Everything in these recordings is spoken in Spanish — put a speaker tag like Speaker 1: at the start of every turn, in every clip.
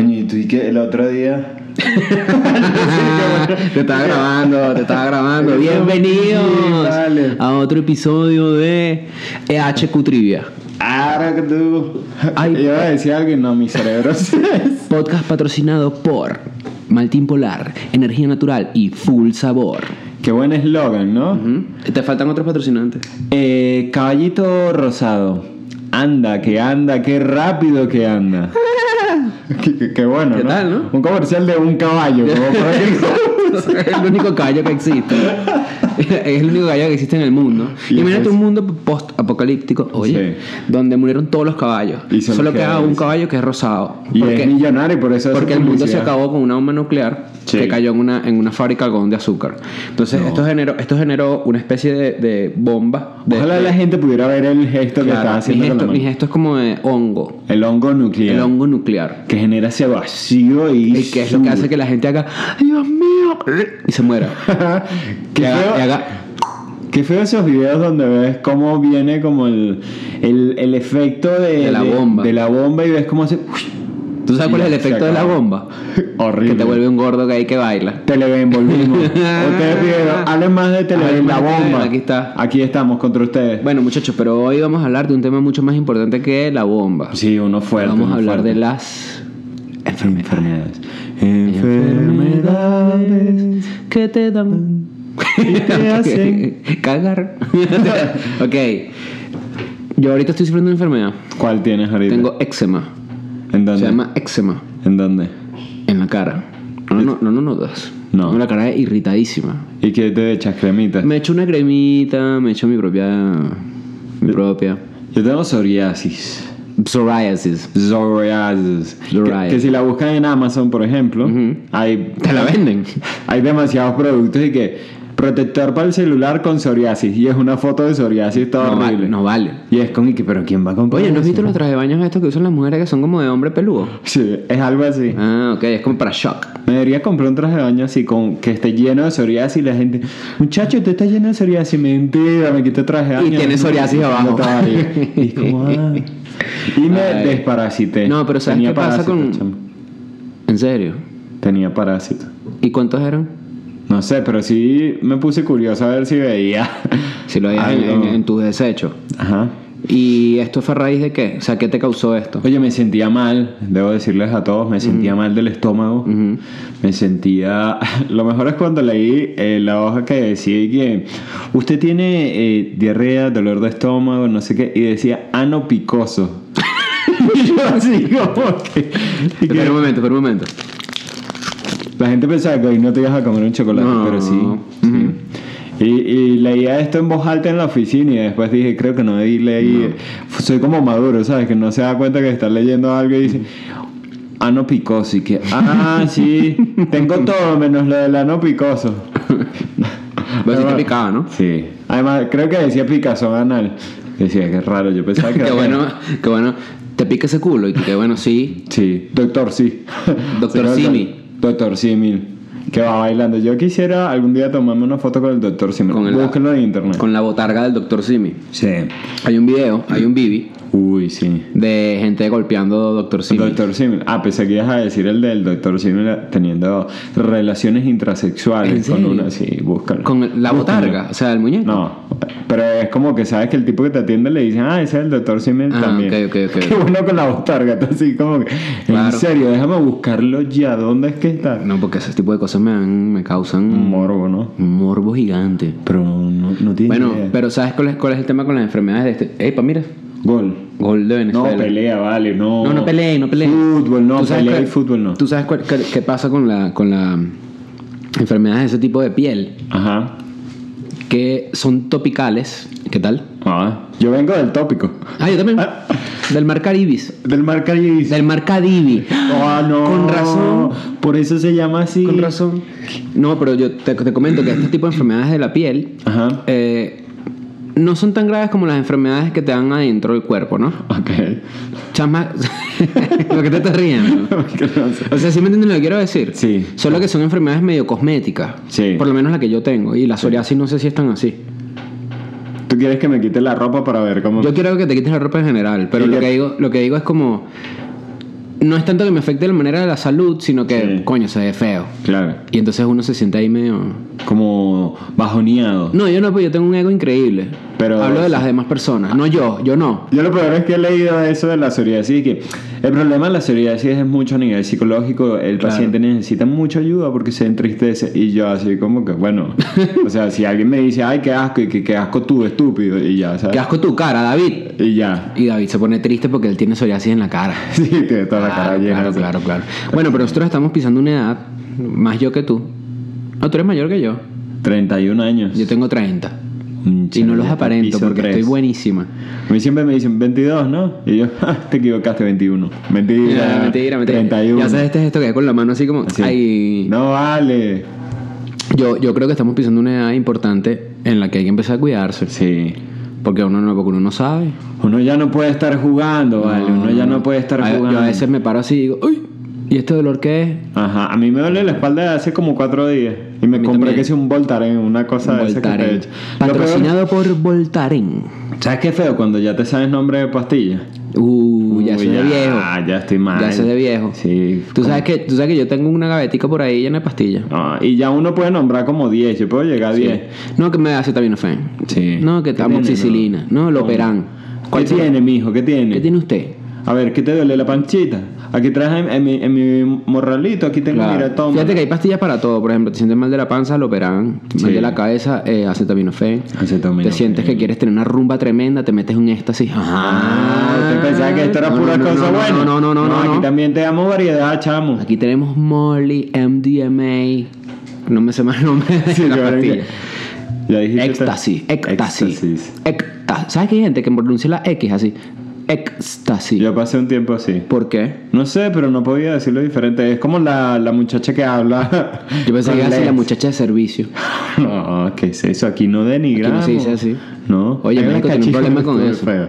Speaker 1: Estoy que el otro día.
Speaker 2: te estaba grabando, te estaba grabando. Bienvenidos
Speaker 1: Vale.
Speaker 2: a otro episodio de EHQ Trivia.
Speaker 1: Ahora que tú.
Speaker 2: Ay.
Speaker 1: Yo iba a decir algo y no, mi cerebro se-
Speaker 2: Podcast patrocinado por Maltín Polar, Energía Natural y Full Sabor.
Speaker 1: Qué buen eslogan, ¿no?
Speaker 2: Te faltan otros patrocinantes.
Speaker 1: Eh, caballito rosado. Anda, que anda, qué rápido que anda. qué, qué- qué bueno,
Speaker 2: ¿Qué
Speaker 1: ¿no?
Speaker 2: tal, no?
Speaker 1: Un comercial de un caballo. como por ahí.
Speaker 2: es el único caballo que existe. Es el único caballo que existe en el mundo.
Speaker 1: Y
Speaker 2: Y Imagínate
Speaker 1: es-
Speaker 2: un mundo post-apocalíptico, oye, donde murieron todos los caballos.
Speaker 1: Y solo
Speaker 2: solo
Speaker 1: queda
Speaker 2: queda un
Speaker 1: ese.
Speaker 2: caballo que es rosado.
Speaker 1: y
Speaker 2: ¿Por
Speaker 1: es
Speaker 2: qué?
Speaker 1: millonario, por eso hace
Speaker 2: Porque el mundo se
Speaker 1: publicidad.
Speaker 2: acabó con una bomba nuclear
Speaker 1: Sí.
Speaker 2: que cayó en una, en una fábrica de algodón de azúcar. Entonces, esto, generó, esto generó una especie de, de bomba. de-
Speaker 1: Ojalá
Speaker 2: de-
Speaker 1: la gente pudiera ver el gesto que
Speaker 2: claro,
Speaker 1: estaba haciendo
Speaker 2: mi,
Speaker 1: con la
Speaker 2: gesto, mi
Speaker 1: mano.
Speaker 2: gesto es como de hongo,
Speaker 1: El hongo nuclear.
Speaker 2: el hongo nuclear.
Speaker 1: que genera ese vacío y,
Speaker 2: Y que es lo que hace que la gente haga, "Ay, Dios mío, y se muera.
Speaker 1: qué,
Speaker 2: Y haga- y
Speaker 1: feo,
Speaker 2: haga-
Speaker 1: qué feo esos videos donde ves cómo viene como el, el, el efecto de,
Speaker 2: De la bomba.
Speaker 1: de la bomba y ves cómo hace
Speaker 2: ¿Tú sabes cuál es el
Speaker 1: Ya, se
Speaker 2: efecto de la
Speaker 1: acabó.
Speaker 2: bomba?
Speaker 1: horrible
Speaker 2: Que te vuelve un gordo que hay que baila.
Speaker 1: Televenvolvimos. ustedes pidieron, hablen más de Televen,
Speaker 2: Hablen
Speaker 1: la
Speaker 2: más de Televen,
Speaker 1: bomba.
Speaker 2: aquí está.
Speaker 1: Aquí estamos contra ustedes.
Speaker 2: Bueno, muchachos, pero hoy vamos a hablar de un tema mucho más importante que la bomba.
Speaker 1: sí, uno fuerte.
Speaker 2: vamos a
Speaker 1: uno
Speaker 2: hablar
Speaker 1: fuerte.
Speaker 2: de las
Speaker 1: enfermedades. Enfermedades.
Speaker 2: que te dan
Speaker 1: Y te hacen-
Speaker 2: Mm. cagar. ok. Yo ahorita estoy sufriendo una enfermedad.
Speaker 1: ¿Cuál tienes ahorita?
Speaker 2: Tengo eczema.
Speaker 1: ¿En dónde?
Speaker 2: Se llama eczema
Speaker 1: ¿En dónde?
Speaker 2: en la cara. No, no, no, no notas.
Speaker 1: No.
Speaker 2: Tengo la cara irritadísima.
Speaker 1: ¿Y qué te echas cremita?
Speaker 2: Me he hecho una cremita, me he hecho mi propia. Mi propia.
Speaker 1: Yo tengo psoriasis.
Speaker 2: Psoriasis.
Speaker 1: Psoriasis.
Speaker 2: Psoriasis.
Speaker 1: Que, que si la buscan en Amazon, por ejemplo,
Speaker 2: Ujú.
Speaker 1: hay,
Speaker 2: Te la venden.
Speaker 1: hay demasiados productos y que protector para el celular con psoriasis. Y es una foto de psoriasis todo
Speaker 2: No, va-
Speaker 1: Ah, horrible.
Speaker 2: no vale.
Speaker 1: Y es con y que, pero ¿quién va a comprar?
Speaker 2: Oye, ¿no has
Speaker 1: eso?
Speaker 2: visto los trajes de baños estos que usan las mujeres que son como de hombre peludo?
Speaker 1: Sí, es algo así.
Speaker 2: Ah, ok, es como para shock.
Speaker 1: Me debería comprar un traje de baño así con que esté lleno de psoriasis y la gente, muchacho, te estás lleno de psoriasis, mentira, me quité el traje de
Speaker 2: Y
Speaker 1: baño.
Speaker 2: tiene
Speaker 1: No,
Speaker 2: psoriasis
Speaker 1: no
Speaker 2: abajo.
Speaker 1: estaba bien. Y es como, ah. Y me
Speaker 2: Ay.
Speaker 1: desparasité.
Speaker 2: No, pero ¿sabes
Speaker 1: Tenía
Speaker 2: qué pasa
Speaker 1: parásito,
Speaker 2: con-
Speaker 1: chamo.
Speaker 2: ¿En serio?
Speaker 1: Tenía parásito.
Speaker 2: ¿Y cuántos eran?
Speaker 1: No sé, pero sí me puse curioso a ver si veía.
Speaker 2: Si lo hayas en,
Speaker 1: algo.
Speaker 2: en- en tus desechos.
Speaker 1: Ajá.
Speaker 2: ¿Y esto fue a raíz de qué? O sea, ¿qué te causó esto?
Speaker 1: Oye, me sentía mal, debo decirles a todos, me sentía mal del estómago.
Speaker 2: Ujú.
Speaker 1: Me sentía. Lo mejor es cuando leí eh, la hoja que decía que usted tiene eh, diarrea, dolor de estómago, no sé qué, y decía ano picoso. y yo así como que. y que
Speaker 2: Espera un momento, espera un momento.
Speaker 1: la gente pensaba que hoy no te ibas a comer un chocolate,
Speaker 2: No.
Speaker 1: pero sí.
Speaker 2: Ujú.
Speaker 1: sí. Y, y leía esto en voz alta en la oficina y después dije, creo que no debí leer. Soy como maduro, ¿sabes? Que no se da cuenta que está leyendo algo y dice, ano picoso. Y que, ah, sí, tengo todo menos lo del ano picoso.
Speaker 2: Pues sí te
Speaker 1: Además-
Speaker 2: picaba, ¿no?
Speaker 1: Sí. Además, creo que decía picazón anal. Decía, qué raro, yo pensaba que...
Speaker 2: Qué
Speaker 1: era-
Speaker 2: bueno, qué bueno. Te pica ese culo y qué bueno, sí.
Speaker 1: Sí, doctor sí.
Speaker 2: Doctor
Speaker 1: Sí,
Speaker 2: Simi.
Speaker 1: Doctor Simi. Que va bailando. Yo quisiera algún día tomarme una foto con el doctor Simi.
Speaker 2: Con el-
Speaker 1: Búsquenlo en internet.
Speaker 2: Con la botarga del doctor Simi.
Speaker 1: Sí.
Speaker 2: Hay un video, hay un bibi
Speaker 1: Uy, sí.
Speaker 2: de gente golpeando doctor Simi.
Speaker 1: Doctor Simi. Ah, pensé que ibas a decir el del doctor Simi la- teniendo relaciones
Speaker 2: ¿En
Speaker 1: intrasexuales con
Speaker 2: serio?
Speaker 1: una. Sí, búscalo.
Speaker 2: Con el- la
Speaker 1: Búscalo.
Speaker 2: botarga, o sea, el muñeco.
Speaker 1: No, pero es como que sabes que el tipo que te atiende le dice, ah, ese es el doctor Simi
Speaker 2: Ah,
Speaker 1: también.
Speaker 2: ok, ok, ok.
Speaker 1: Qué bueno con la botarga, tú así como que, en
Speaker 2: Claro.
Speaker 1: serio, déjame buscarlo ya, ¿dónde es que está?
Speaker 2: No, porque ese tipo de cosas me, dan- me causan
Speaker 1: Morbo, ¿no?
Speaker 2: un morbo gigante.
Speaker 1: Pero no, no tiene
Speaker 2: Bueno,
Speaker 1: idea.
Speaker 2: pero ¿sabes cuál es, cuál es el tema con las enfermedades de este? Epa, mira,
Speaker 1: Gol.
Speaker 2: gol de
Speaker 1: No,
Speaker 2: Venezuela.
Speaker 1: pelea, vale, no.
Speaker 2: No, no peleen, no peleen.
Speaker 1: Fútbol, no,
Speaker 2: ¿Tú sabes
Speaker 1: pelea
Speaker 2: cuál-
Speaker 1: y fútbol no.
Speaker 2: ¿Tú sabes cuál- qué, qué pasa con la, con la enfermedades de ese tipo de piel?
Speaker 1: Ajá.
Speaker 2: Que son topicales. ¿Qué tal?
Speaker 1: Ah, yo vengo del tópico.
Speaker 2: Ah, yo también. Del mar Caribis.
Speaker 1: Del mar Caribe.
Speaker 2: Del mar Cadivi.
Speaker 1: Ah, no.
Speaker 2: Con razón.
Speaker 1: Por eso se llama así.
Speaker 2: Con razón. No, pero yo te, te comento que este tipo de enfermedades de la piel
Speaker 1: Ajá.
Speaker 2: eh, no son tan graves como las enfermedades que te dan adentro del cuerpo, ¿no?
Speaker 1: Ok.
Speaker 2: Chama, lo que te estás riendo.
Speaker 1: Qué razón.
Speaker 2: O sea, ¿sí me entienden lo que quiero decir?
Speaker 1: Sí.
Speaker 2: Solo que son enfermedades medio cosméticas.
Speaker 1: Sí.
Speaker 2: Por lo menos la que yo tengo. Y la psoriasis no sé si están así.
Speaker 1: ¿Tú quieres que me quite la ropa para ver cómo?
Speaker 2: Yo quiero que te quites la ropa en general, pero
Speaker 1: Y
Speaker 2: lo
Speaker 1: que-
Speaker 2: que digo, lo que digo es como no es tanto que me afecte de la manera de la salud, sino que,
Speaker 1: Sí.
Speaker 2: coño, se ve feo.
Speaker 1: Claro.
Speaker 2: Y entonces uno se siente ahí medio...
Speaker 1: Como bajoneado.
Speaker 2: No, yo no, pues yo tengo un ego increíble.
Speaker 1: Pero-
Speaker 2: Hablo de las demás personas, no yo, yo no.
Speaker 1: Yo lo peor es que he leído eso de la psoriasis que el problema de la psoriasis es mucho a nivel psicológico. El
Speaker 2: Claro.
Speaker 1: paciente necesita mucha ayuda porque se entristece. Y yo así como que, bueno, o sea, si alguien me dice, ay, qué asco, y que qué asco tú, estúpido, y ya, ¿sabes?
Speaker 2: Qué asco tu cara, David.
Speaker 1: Y ya.
Speaker 2: Y David se pone triste porque él tiene psoriasis en la cara.
Speaker 1: Sí, tiene toda la cara
Speaker 2: Claro,
Speaker 1: llena.
Speaker 2: claro,
Speaker 1: así.
Speaker 2: claro, claro. Bueno, pero nosotros estamos pisando una edad, más yo que tú. No, tú eres mayor que yo.
Speaker 1: 31 años.
Speaker 2: Yo tengo 30.
Speaker 1: Mm,
Speaker 2: Y no los
Speaker 1: chale,
Speaker 2: aparento
Speaker 1: piso
Speaker 2: porque
Speaker 1: tres.
Speaker 2: estoy buenísima.
Speaker 1: A mí siempre me dicen 22, ¿no? Y yo, "Ah, te equivocaste, 21. Mentira.
Speaker 2: Ya, mentira, mentira.
Speaker 1: 31.
Speaker 2: Ya sabes este gesto que da con la mano así como...
Speaker 1: Así.
Speaker 2: "Ay".
Speaker 1: No vale.
Speaker 2: Yo, yo creo que estamos pisando una edad importante en la que hay que empezar a cuidarse.
Speaker 1: Sí.
Speaker 2: Porque uno no, porque uno no sabe.
Speaker 1: Uno ya no puede estar jugando, vale. Uno ya no puede estar
Speaker 2: A-
Speaker 1: jugando.
Speaker 2: Ah, Yo a veces me paro así y digo, uy, ¿y este dolor qué es?
Speaker 1: Ajá, a mí me duele la espalda de hace como cuatro días. Y me
Speaker 2: mí
Speaker 1: compré
Speaker 2: también.
Speaker 1: que es un Voltaren, una cosa de esa que te
Speaker 2: Voltaren.
Speaker 1: echa. Lo peor-
Speaker 2: Patrocinado por Voltaren.
Speaker 1: ¿Sabes qué feo? Cuando ya te sabes nombre de pastilla.
Speaker 2: Uh, ya
Speaker 1: Uy,
Speaker 2: soy de viejo.
Speaker 1: Ah, ya estoy mal.
Speaker 2: Ya soy de viejo.
Speaker 1: Sí.
Speaker 2: ¿Tú sabes, que, tú sabes que yo tengo una gavetica por ahí llena de pastillas.
Speaker 1: Ah, y ya uno puede nombrar como 10. Yo puedo llegar a 10.
Speaker 2: No, que me hace acetaminofén.
Speaker 1: Sí.
Speaker 2: No, que
Speaker 1: ¿Qué
Speaker 2: amoxicilina. No, lo operan.
Speaker 1: ¿Qué tiene, mijo? ¿Qué tiene?
Speaker 2: ¿Qué tiene usted?
Speaker 1: A ver, ¿qué te duele la panchita? Aquí traje en, en mi, en mi morralito, aquí tengo,
Speaker 2: Claro.
Speaker 1: mira, toma.
Speaker 2: Fíjate que hay pastillas para todo. Por ejemplo, te sientes mal de la panza, lo operan.
Speaker 1: Sí.
Speaker 2: Mal de la cabeza, eh, acetaminofén.
Speaker 1: Acetaminofén.
Speaker 2: Te sientes que quieres tener una rumba tremenda, te metes un éxtasis. Ajá.
Speaker 1: Ah, usted pensaba que esto era
Speaker 2: No,
Speaker 1: pura
Speaker 2: no, no,
Speaker 1: cosa
Speaker 2: no,
Speaker 1: buena.
Speaker 2: No, no, no, no.
Speaker 1: Aquí
Speaker 2: no.
Speaker 1: también te damos variedad, chamo.
Speaker 2: Aquí tenemos Molly, MDMA. No me sé más el nombre de
Speaker 1: Sí,
Speaker 2: la
Speaker 1: yo creo que-
Speaker 2: pastilla.
Speaker 1: Ya dijiste-
Speaker 2: Éxtasis, éxtasis.
Speaker 1: Éxtasis.
Speaker 2: éxtasis. ¿Sabes que hay gente que pronuncia la X así? Éxtasis.
Speaker 1: Yo pasé un tiempo así.
Speaker 2: ¿Por qué?
Speaker 1: No sé, pero no podía decirlo diferente. Es como la, la muchacha que habla.
Speaker 2: Yo pensé
Speaker 1: con
Speaker 2: que era así
Speaker 1: Lex.
Speaker 2: la muchacha de servicio.
Speaker 1: No, ¿qué es eso? Aquí no denigramos.
Speaker 2: Aquí no se dice así.
Speaker 1: No.
Speaker 2: Oye,
Speaker 1: Hay una
Speaker 2: México tiene un
Speaker 1: cachifa
Speaker 2: problema
Speaker 1: que
Speaker 2: con
Speaker 1: estuvo feo.
Speaker 2: eso.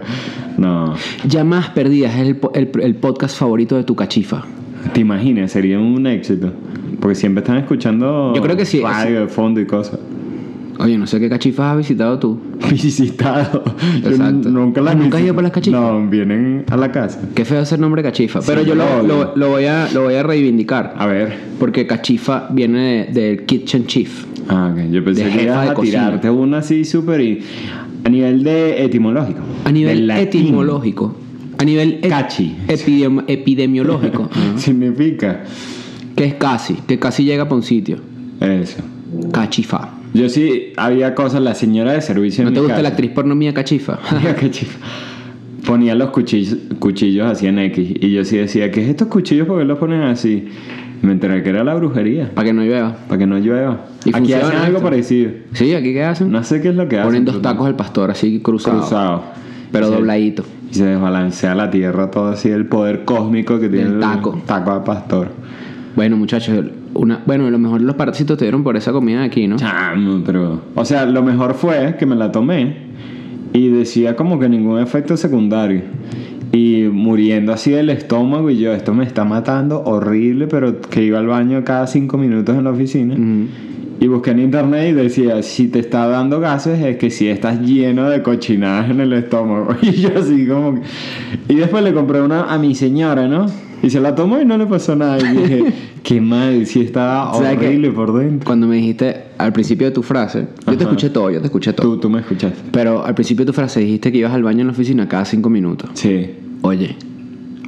Speaker 1: No.
Speaker 2: Llamadas perdidas es el, po- el- el podcast favorito de tu cachifa.
Speaker 1: ¿Te imaginas? Sería un éxito. Porque siempre están escuchando
Speaker 2: Yo creo que sí,
Speaker 1: radio de fondo y cosas.
Speaker 2: Oye, no sé qué cachifas has visitado tú.
Speaker 1: Visitado. Yo
Speaker 2: Exacto.
Speaker 1: nunca las
Speaker 2: ¿Nunca has ido
Speaker 1: visito.
Speaker 2: para las cachifas?
Speaker 1: No, vienen a la casa.
Speaker 2: Qué feo ese nombre cachifa.
Speaker 1: Sí,
Speaker 2: Pero yo lo,
Speaker 1: obvio.
Speaker 2: lo- lo voy a, lo voy a reivindicar.
Speaker 1: A ver.
Speaker 2: Porque cachifa viene de- del kitchen chief.
Speaker 1: Ah, ok. Yo
Speaker 2: De
Speaker 1: pensé que
Speaker 2: jefa
Speaker 1: ibas
Speaker 2: de
Speaker 1: a
Speaker 2: cocina.
Speaker 1: tirarte una así súper y- a nivel de etimológico.
Speaker 2: A nivel
Speaker 1: Del latín.
Speaker 2: etimológico. A nivel et-
Speaker 1: Cachi.
Speaker 2: epidem- epidemiológico. Ajá.
Speaker 1: Significa
Speaker 2: que es casi, que casi llega para un sitio.
Speaker 1: eso.
Speaker 2: Cachifa.
Speaker 1: Yo sí había cosas, la señora de servicio
Speaker 2: ¿No
Speaker 1: en
Speaker 2: te
Speaker 1: mi
Speaker 2: gusta la
Speaker 1: casa.
Speaker 2: actriz porno mía Cachifa?
Speaker 1: Mira qué chifa. Ponía los cuchillos, cuchillos así en X y yo sí decía, ¿qué es estos cuchillos? ¿Por qué los ponen así? Me enteré que era la brujería,
Speaker 2: para que no llueva.
Speaker 1: para que no llueva.
Speaker 2: ¿Y
Speaker 1: Aquí
Speaker 2: funciona
Speaker 1: hacen algo
Speaker 2: esto?
Speaker 1: parecido.
Speaker 2: Sí, aquí qué hacen?
Speaker 1: No sé qué es lo que hacen.
Speaker 2: Ponen dos
Speaker 1: pero-
Speaker 2: tacos al pastor así cruzados.
Speaker 1: cruzados.
Speaker 2: Pero
Speaker 1: Sí.
Speaker 2: dobladito.
Speaker 1: Y se desbalancea la tierra todo así, el poder cósmico que tiene
Speaker 2: Del
Speaker 1: el
Speaker 2: taco.
Speaker 1: taco de pastor.
Speaker 2: Bueno, muchachos, una, bueno, a lo mejor los parásitos te dieron por esa comida de aquí, ¿no?
Speaker 1: Chamo, pero. O sea, lo mejor fue que me la tomé y decía como que ningún efecto secundario. Y muriendo así del estómago, y yo, esto me está matando horrible, pero que iba al baño cada cinco minutos en la oficina.
Speaker 2: Mm.
Speaker 1: Y busqué en internet y decía, si te está dando gases es que si estás lleno de cochinadas en el estómago. Y yo así como que... Y después le compré una a mi señora, ¿no? Y se la tomó y no le pasó nada. Y dije, qué mal, si estaba
Speaker 2: O sea que-
Speaker 1: horrible por dentro.
Speaker 2: Cuando me dijiste al principio de tu frase, yo
Speaker 1: Ajá.
Speaker 2: te escuché todo, yo te escuché todo.
Speaker 1: Tú, tú me escuchaste.
Speaker 2: Pero al principio de tu frase dijiste que ibas al baño en la oficina cada cinco minutos.
Speaker 1: Sí,
Speaker 2: Oye,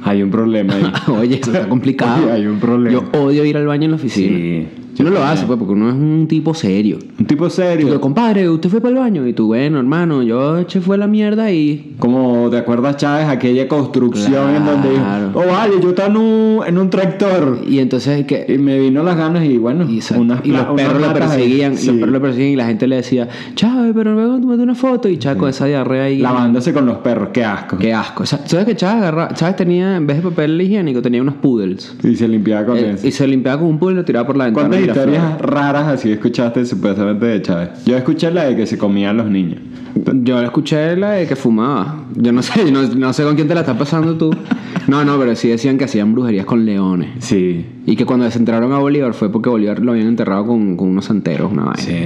Speaker 1: hay un problema ahí.
Speaker 2: oye, eso está complicado.
Speaker 1: Ah. Oye, hay un problema.
Speaker 2: Yo odio ir al baño en la oficina.
Speaker 1: Sí.
Speaker 2: Uno lo hace, pues, porque uno es un tipo serio.
Speaker 1: Un tipo
Speaker 2: Y yo,
Speaker 1: serio.
Speaker 2: compadre, usted fue para el baño. Y tú, bueno, hermano, yo eché fue la mierda y.
Speaker 1: Como te acuerdas, Chávez, aquella construcción en donde dijo,
Speaker 2: Claro.
Speaker 1: oh, vale, yo estaba en un, en un tractor.
Speaker 2: Y entonces que.
Speaker 1: Y me vino las ganas y bueno,
Speaker 2: Y, sa-
Speaker 1: unas
Speaker 2: y los
Speaker 1: pla-
Speaker 2: perros
Speaker 1: unas
Speaker 2: lo
Speaker 1: latas de-
Speaker 2: perseguían, y
Speaker 1: sí.
Speaker 2: los perros lo perseguían y la gente le decía, Chávez, pero luego tomate una foto. Y Chávez con esa diarrea ahí.
Speaker 1: Lavándose con los perros, qué asco.
Speaker 2: Qué asco. Sa- ¿Sabes que Chávez agarra- Chávez tenía, en vez de papel higiénico, tenía unos poodles.
Speaker 1: Y se limpiaba con
Speaker 2: Eh,
Speaker 1: eso.
Speaker 2: y se limpiaba con un poodle y lo tiraba por la ventana.
Speaker 1: ¿Cuántas
Speaker 2: y la
Speaker 1: historias raras así escuchaste supuestamente de Chávez? Yo escuché la de que se comían los niños.
Speaker 2: flor. Yo la escuché la de que fumaba. Yo no sé, yo no, no sé con quién te la estás pasando tú. No, no, pero sí decían que hacían brujerías con leones.
Speaker 1: Sí,
Speaker 2: Y que cuando desenterraron a Bolívar fue porque Bolívar lo habían enterrado con, con unos santeros, una vaina.
Speaker 1: sí.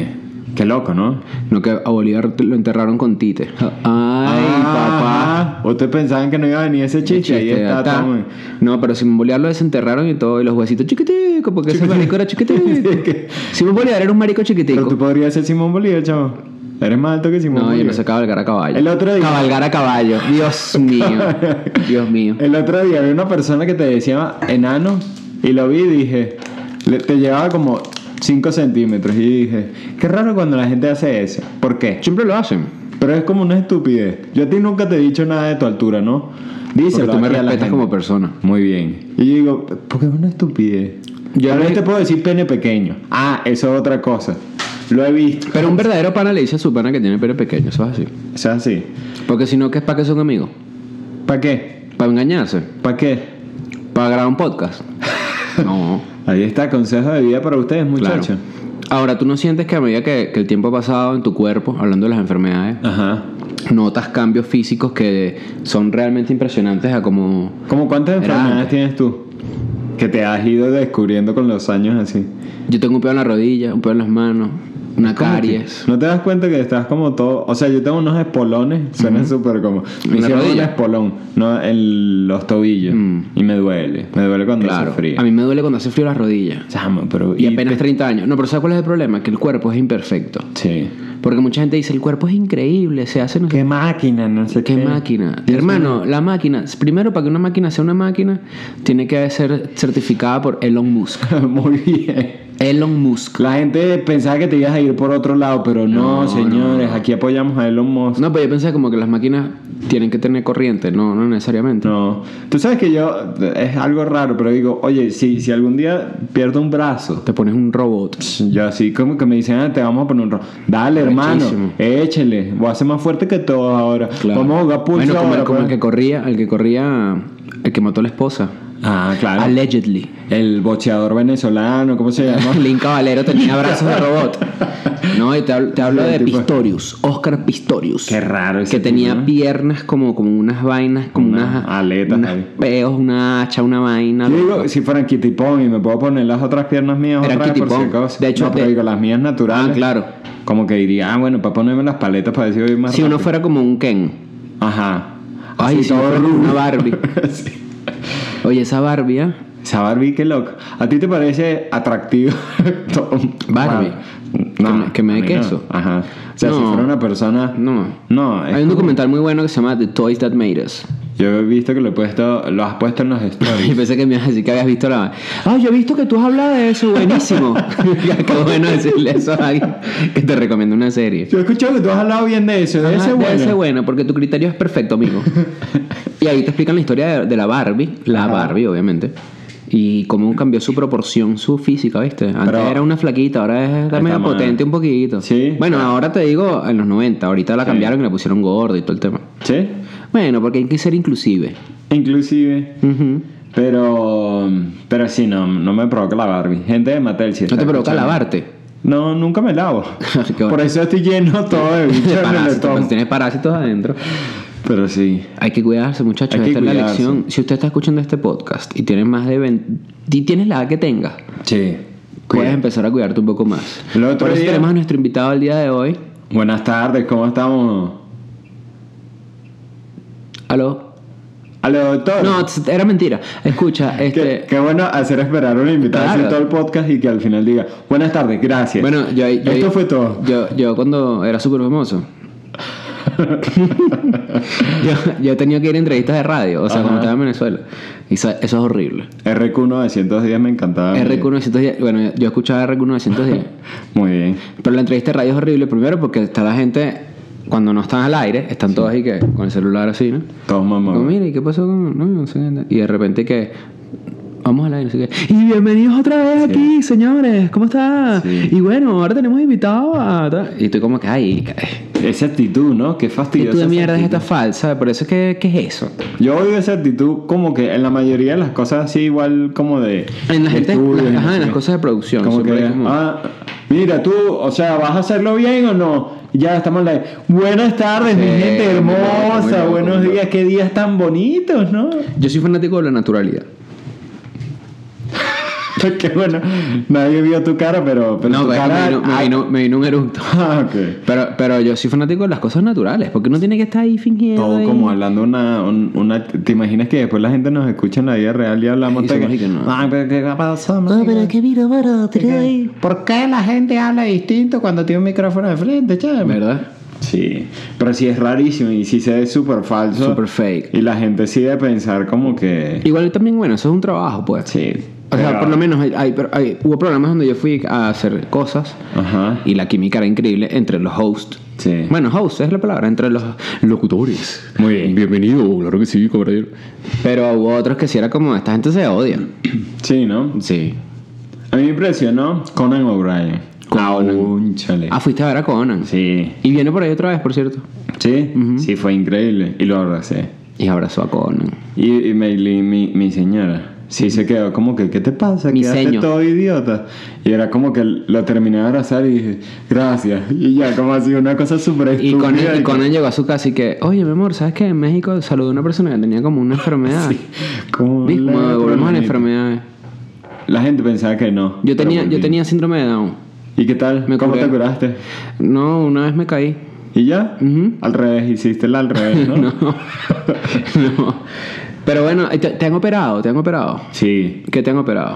Speaker 1: Qué loco, ¿no?
Speaker 2: No que a Bolívar lo enterraron con Tite. Ay,
Speaker 1: Ah, Ustedes pensaban que no iba a venir ese chiste, ahí
Speaker 2: Chiste,
Speaker 1: está,
Speaker 2: ta.
Speaker 1: toma.
Speaker 2: No, pero Simón Bolívar lo desenterraron y todo, y los huesitos chiquiticos, porque ese marico era chiquitico. Simón Bolívar era un marico
Speaker 1: Pero tú
Speaker 2: chiquitico.
Speaker 1: podrías ser Simón Bolívar, chavo. Eres más alto que Simón
Speaker 2: No, yo
Speaker 1: Bolívar.
Speaker 2: no sé cabalgar a caballo.
Speaker 1: El otro día-
Speaker 2: Cabalgar a caballo. Dios mío. Dios mío.
Speaker 1: El otro día había una persona que te decía enano y lo vi y dije, le- te llevaba como 5 centímetros y dije, qué raro cuando la gente hace eso. ¿Por qué?
Speaker 2: Siempre lo hacen.
Speaker 1: Pero es como una estupidez. Yo a ti nunca te he dicho nada de tu altura, ¿no? Dice,
Speaker 2: Porque tú me respetas como persona.
Speaker 1: Muy bien. Y yo digo, porque es una estupidez.
Speaker 2: Yo
Speaker 1: Yo a
Speaker 2: me-
Speaker 1: te puedo decir pene pequeño. Ah, eso es otra cosa. Lo he visto.
Speaker 2: Pero un verdadero pana le dice a su pana que tiene pene pequeño, eso es así.
Speaker 1: O sea, sí.
Speaker 2: Porque si no, ¿qué es para qué son amigos?
Speaker 1: ¿Para qué?
Speaker 2: ¿Para engañarse?
Speaker 1: ¿Para qué?
Speaker 2: ¿Para grabar un podcast? No.
Speaker 1: Ahí está, consejo de vida para ustedes,
Speaker 2: Claro.
Speaker 1: muchachos.
Speaker 2: Ahora, ¿tú no sientes que a medida que, que el tiempo ha pasado en tu cuerpo, hablando de las enfermedades,
Speaker 1: Ajá.
Speaker 2: notas cambios físicos que son realmente impresionantes a como...
Speaker 1: ¿Cómo cuántas
Speaker 2: Era
Speaker 1: enfermedades
Speaker 2: antes.
Speaker 1: tienes tú? Que te has ido descubriendo con los años así.
Speaker 2: Yo tengo un pedo en la rodilla, un pedo en las manos, una caries.
Speaker 1: ¿No te das cuenta que estás como todo? O sea, yo tengo unos espolones, suena súper como. Me
Speaker 2: ¿En la
Speaker 1: hicieron un
Speaker 2: rodilla?
Speaker 1: espolón, no en los tobillos. Y me duele. Me duele cuando
Speaker 2: Mm. Claro.
Speaker 1: hace frío.
Speaker 2: A mí me duele cuando hace frío las rodillas.
Speaker 1: Chamo, pero.
Speaker 2: Y
Speaker 1: y-
Speaker 2: apenas 30 años. No, pero ¿sabes cuál es el problema? Que el cuerpo es imperfecto.
Speaker 1: Sí.
Speaker 2: Porque mucha gente dice, el cuerpo es increíble, se hace no sé
Speaker 1: Qué máquina, no sé
Speaker 2: ¿Qué máquina? Hermano, la máquina. Primero, para que una máquina sea una máquina, tiene que ser certificada por Elon Musk.
Speaker 1: Muy bien.
Speaker 2: Elon Musk.
Speaker 1: La gente pensaba que te ibas a ir por otro lado, pero no,
Speaker 2: No,
Speaker 1: señores. Aquí apoyamos a Elon Musk.
Speaker 2: No, pero yo pensé como que las máquinas tienen que tener corriente. No, no necesariamente.
Speaker 1: No, tú sabes que yo es algo raro, pero digo, oye, si, si algún día pierdo un brazo,
Speaker 2: Te pones un robot.
Speaker 1: yo así como que me dicen, ah, te vamos a poner un rojo. Dale, hermano,
Speaker 2: Arrechísimo.
Speaker 1: échele, voy a ser más fuerte que todos ahora. Vamos a jugar pulso
Speaker 2: Bueno, como, el,
Speaker 1: ahora,
Speaker 2: como el
Speaker 1: pues.
Speaker 2: que corría, el que corría, el que mató a la esposa.
Speaker 1: Ah, claro.
Speaker 2: Allegedly.
Speaker 1: El bocheador venezolano, ¿cómo se llama?
Speaker 2: Link Caballero tenía brazos de robot. No, y te hablo, te hablo
Speaker 1: Sí,
Speaker 2: de
Speaker 1: tipo-
Speaker 2: Pistorius, Oscar Pistorius.
Speaker 1: Qué raro ese
Speaker 2: Que tenía
Speaker 1: tipo, ¿no?
Speaker 2: piernas como, como unas vainas, como
Speaker 1: Unas
Speaker 2: unas
Speaker 1: aletas
Speaker 2: unas
Speaker 1: ahí.
Speaker 2: peos, una hacha, una vaina.
Speaker 1: Yo digo, si fueran Kitty Pong y me puedo poner las otras piernas mías
Speaker 2: Era
Speaker 1: otra vez
Speaker 2: Kitty
Speaker 1: por si
Speaker 2: Pong.
Speaker 1: acaso.
Speaker 2: De hecho,
Speaker 1: No, pero
Speaker 2: de-
Speaker 1: digo, las mías naturales.
Speaker 2: Ah, claro.
Speaker 1: Como que diría, ah, bueno, para ponerme las paletas para decir hoy más
Speaker 2: Si uno
Speaker 1: rápido.
Speaker 2: fuera como un Ken.
Speaker 1: Ajá.
Speaker 2: Ay,
Speaker 1: Así
Speaker 2: si uno
Speaker 1: todo
Speaker 2: fuera
Speaker 1: rubio.
Speaker 2: una Barbie.
Speaker 1: Sí.
Speaker 2: Oye, esa Barbie, ¿ah?
Speaker 1: Esa Barbie, qué loca. ¿A ti te parece atractivo? Tom-
Speaker 2: Barbie. Que me- que me dé
Speaker 1: a mí no.
Speaker 2: queso.
Speaker 1: Ajá. O sea,
Speaker 2: No.
Speaker 1: si fuera una persona.
Speaker 2: No.
Speaker 1: No, es
Speaker 2: Hay un
Speaker 1: como-
Speaker 2: documental muy bueno que se llama The Toys That Made Us.
Speaker 1: Yo he visto que lo, he puesto, lo has puesto en los stories.
Speaker 2: Y pensé que me ibas a decir que habías visto la. Ah, yo he visto que tú has hablado de eso, buenísimo. Qué bueno decirle eso a alguien que te recomiendo una serie.
Speaker 1: Yo he escuchado que tú has hablado bien de eso. De
Speaker 2: Ajá,
Speaker 1: ese bueno.
Speaker 2: Debe ser bueno, porque tu criterio es perfecto, amigo. y ahí te explican la historia de, de la Barbie, la
Speaker 1: Ajá.
Speaker 2: Barbie, obviamente. Y cómo cambió su proporción, su física, ¿viste? Antes
Speaker 1: Pero-
Speaker 2: era una flaquita, ahora es medio
Speaker 1: más-
Speaker 2: potente un poquito.
Speaker 1: Sí.
Speaker 2: Bueno, ahora te digo en los 90, ahorita la cambiaron y la pusieron gorda y todo el tema.
Speaker 1: ¿Sí?
Speaker 2: Bueno, porque hay que ser inclusive.
Speaker 1: Inclusive.
Speaker 2: Ujú.
Speaker 1: Pero. Pero sí, no, no me provoca la Barbie. Gente de Mattel, si
Speaker 2: No
Speaker 1: está
Speaker 2: te provoca
Speaker 1: escuchando.
Speaker 2: lavarte.
Speaker 1: No, nunca me lavo.
Speaker 2: Qué bueno.
Speaker 1: Por eso estoy lleno todo de bichos
Speaker 2: De
Speaker 1: en el
Speaker 2: parásitos,
Speaker 1: estómago.
Speaker 2: pues, tienes parásitos adentro.
Speaker 1: Pero sí.
Speaker 2: Hay que cuidarse, muchachos.
Speaker 1: Hay que
Speaker 2: Esta es la
Speaker 1: cuidarse.
Speaker 2: lección. Si usted está escuchando este podcast y tiene más de 20... Y tienes la edad que tengas,
Speaker 1: Sí.
Speaker 2: puedes empezar a cuidarte un poco más.
Speaker 1: El otro
Speaker 2: Por eso
Speaker 1: día-
Speaker 2: tenemos a nuestro invitado el día de hoy.
Speaker 1: Buenas tardes, ¿cómo estamos?
Speaker 2: Aló.
Speaker 1: Aló, doctor.
Speaker 2: No, tss, era mentira. Escucha,
Speaker 1: qué,
Speaker 2: este.
Speaker 1: qué bueno hacer esperar a un invitado
Speaker 2: Claro.
Speaker 1: así todo el podcast y que al final diga, buenas tardes, gracias.
Speaker 2: Bueno, yo, yo-
Speaker 1: Esto fue todo.
Speaker 2: Yo, yo cuando era súper famoso. yo, yo he tenido que ir a entrevistas de radio, o sea, cuando estaba en Venezuela. Y eso, eso es horrible.
Speaker 1: RQ910 me encantaba.
Speaker 2: RQ910, bueno, yo escuchaba RQ910.
Speaker 1: Muy bien.
Speaker 2: Pero la entrevista de radio es horrible, primero porque está la gente, cuando no están al aire, están todos ahí que con el celular así, ¿no?
Speaker 1: Todos
Speaker 2: Como,
Speaker 1: mamados.
Speaker 2: mira, ¿y qué pasó con.? No, no sé, no". Y de repente que. Vamos al aire, no sé qué. Y bienvenidos otra vez aquí, señores. ¿Cómo está?
Speaker 1: Sí.
Speaker 2: Y bueno, ahora tenemos invitado a. tal". Y estoy como que, ay, ay,
Speaker 1: Esa actitud, ¿no? Qué
Speaker 2: ¿qué
Speaker 1: fastidiosa.
Speaker 2: tú de
Speaker 1: esa
Speaker 2: mierda es
Speaker 1: actitud.
Speaker 2: esta falsa? Por eso es que, ¿qué es eso?
Speaker 1: Yo odio esa actitud como que en la mayoría de las cosas así igual como de...
Speaker 2: En la
Speaker 1: de
Speaker 2: gente.
Speaker 1: estudios,
Speaker 2: ajá,
Speaker 1: no sé
Speaker 2: en las
Speaker 1: qué.
Speaker 2: cosas de producción.
Speaker 1: Como
Speaker 2: siempre
Speaker 1: que,
Speaker 2: hay como-
Speaker 1: ah, mira, tú, o sea, ¿vas a hacerlo bien o no? Y Ya estamos en la... Buenas tardes, mi
Speaker 2: Sí,
Speaker 1: gente
Speaker 2: muy loco, muy
Speaker 1: hermosa,
Speaker 2: loco,
Speaker 1: buenos
Speaker 2: muy
Speaker 1: días, qué días tan bonitos, ¿no?
Speaker 2: Yo soy fanático de la naturalidad.
Speaker 1: Qué bueno. Nadie vio tu cara, pero. ah. pero
Speaker 2: No,
Speaker 1: tu
Speaker 2: pues,
Speaker 1: cara-
Speaker 2: me, vino, ay, no, me vino un eructo.
Speaker 1: Ah, ok.
Speaker 2: Pero, pero yo soy fanático de las cosas naturales, porque uno tiene que estar ahí fingiendo.
Speaker 1: Todo
Speaker 2: ahí.
Speaker 1: como hablando una, un- una... ¿Te imaginas que después la gente nos escucha en la vida real y hablamos
Speaker 2: Y somos
Speaker 1: de
Speaker 2: y que no.
Speaker 1: Ah, pero ¿qué ha pasado?
Speaker 2: Ah, pero qué vino, mano, te quedas ahí.
Speaker 1: ¿Por qué la gente habla distinto cuando tiene un micrófono de frente, chaval?
Speaker 2: ¿Verdad?
Speaker 1: Sí, pero sí es rarísimo y sí se ve súper falso.
Speaker 2: Super fake.
Speaker 1: Y la gente sí debe pensar como que...
Speaker 2: Igual también, bueno, eso es un trabajo, pues.
Speaker 1: Sí.
Speaker 2: O sea,
Speaker 1: Pero-
Speaker 2: por lo menos hay, hay- pero hay- hubo programas donde yo fui a hacer cosas
Speaker 1: Ajá.
Speaker 2: y la química era increíble entre los hosts.
Speaker 1: Sí.
Speaker 2: Bueno, host es la palabra, entre los locutores.
Speaker 1: Muy bien.
Speaker 2: Bienvenido, claro que sí, caballero. Pero hubo otros que sí era como, esta gente se odia.
Speaker 1: Sí, ¿no?
Speaker 2: Sí.
Speaker 1: A mí me impresionó Conan O'Brien.
Speaker 2: Conan.
Speaker 1: Cónchale.
Speaker 2: Ah, fuiste a ver a Conan.
Speaker 1: Sí.
Speaker 2: Y viene por ahí otra vez, por cierto.
Speaker 1: Sí, sí, fue increíble. Y lo abracé.
Speaker 2: Y abrazó a Conan.
Speaker 1: Y, y Maylin, mi, mi señora, sí se quedó como que, ¿qué te pasa?
Speaker 2: Mi
Speaker 1: Quedaste
Speaker 2: seño.
Speaker 1: todo idiota. Y era como que lo terminé de abrazar y dije, gracias. Y ya, como así, una cosa súper
Speaker 2: Y Conan,
Speaker 1: estúpida.
Speaker 2: y
Speaker 1: y que-
Speaker 2: Conan llegó a su casa y que, oye, mi amor, ¿sabes qué? En México saludó a una persona que tenía como una enfermedad.
Speaker 1: Sí, como
Speaker 2: ¿Ves? Como
Speaker 1: la-
Speaker 2: volvemos a la enfermedad.
Speaker 1: La gente pensaba que no.
Speaker 2: Yo
Speaker 1: pero
Speaker 2: tenía, yo
Speaker 1: volví.
Speaker 2: tenía síndrome de Down.
Speaker 1: ¿Y qué tal?
Speaker 2: Me
Speaker 1: ¿Cómo
Speaker 2: curé.
Speaker 1: te curaste?
Speaker 2: No, una vez me caí.
Speaker 1: ¿Y ya?
Speaker 2: Ujú.
Speaker 1: Al revés, hiciste la al revés, ¿no?
Speaker 2: No. no. Pero bueno, eh, te, te han operado, te han operado.
Speaker 1: Sí,
Speaker 2: ¿Qué te han operado?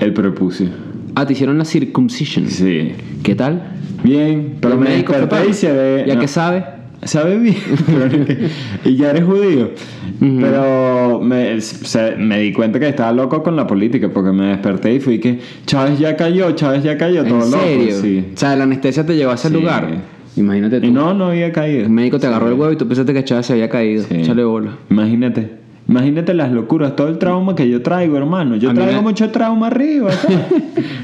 Speaker 1: el prepucio.
Speaker 2: Ah, te hicieron la circumcision.
Speaker 1: Sí.
Speaker 2: ¿Qué tal?
Speaker 1: Bien, pero
Speaker 2: ¿El
Speaker 1: me
Speaker 2: médico fue
Speaker 1: desperté
Speaker 2: pana?
Speaker 1: y se ve...
Speaker 2: Ya
Speaker 1: no.
Speaker 2: que sabe.
Speaker 1: Sabe bien, pero es que- y ya eres judío.
Speaker 2: Ujú.
Speaker 1: Pero me, se- me di cuenta que estaba loco con la política porque me desperté y fui que Chávez ya cayó, Chávez ya cayó,
Speaker 2: ¿En
Speaker 1: todo
Speaker 2: serio?
Speaker 1: loco. Sí.
Speaker 2: O sea, la anestesia te llevó a ese
Speaker 1: Sí.
Speaker 2: lugar. Imagínate tú.
Speaker 1: Y no, no había caído.
Speaker 2: El médico te agarró el huevo y tú pensaste que Chávez se había caído.
Speaker 1: Sí.
Speaker 2: Échale bola.
Speaker 1: Imagínate. Imagínate las locuras, todo el trauma que yo traigo, hermano. Yo
Speaker 2: A mí
Speaker 1: traigo
Speaker 2: me-
Speaker 1: mucho trauma arriba. ¿sabes?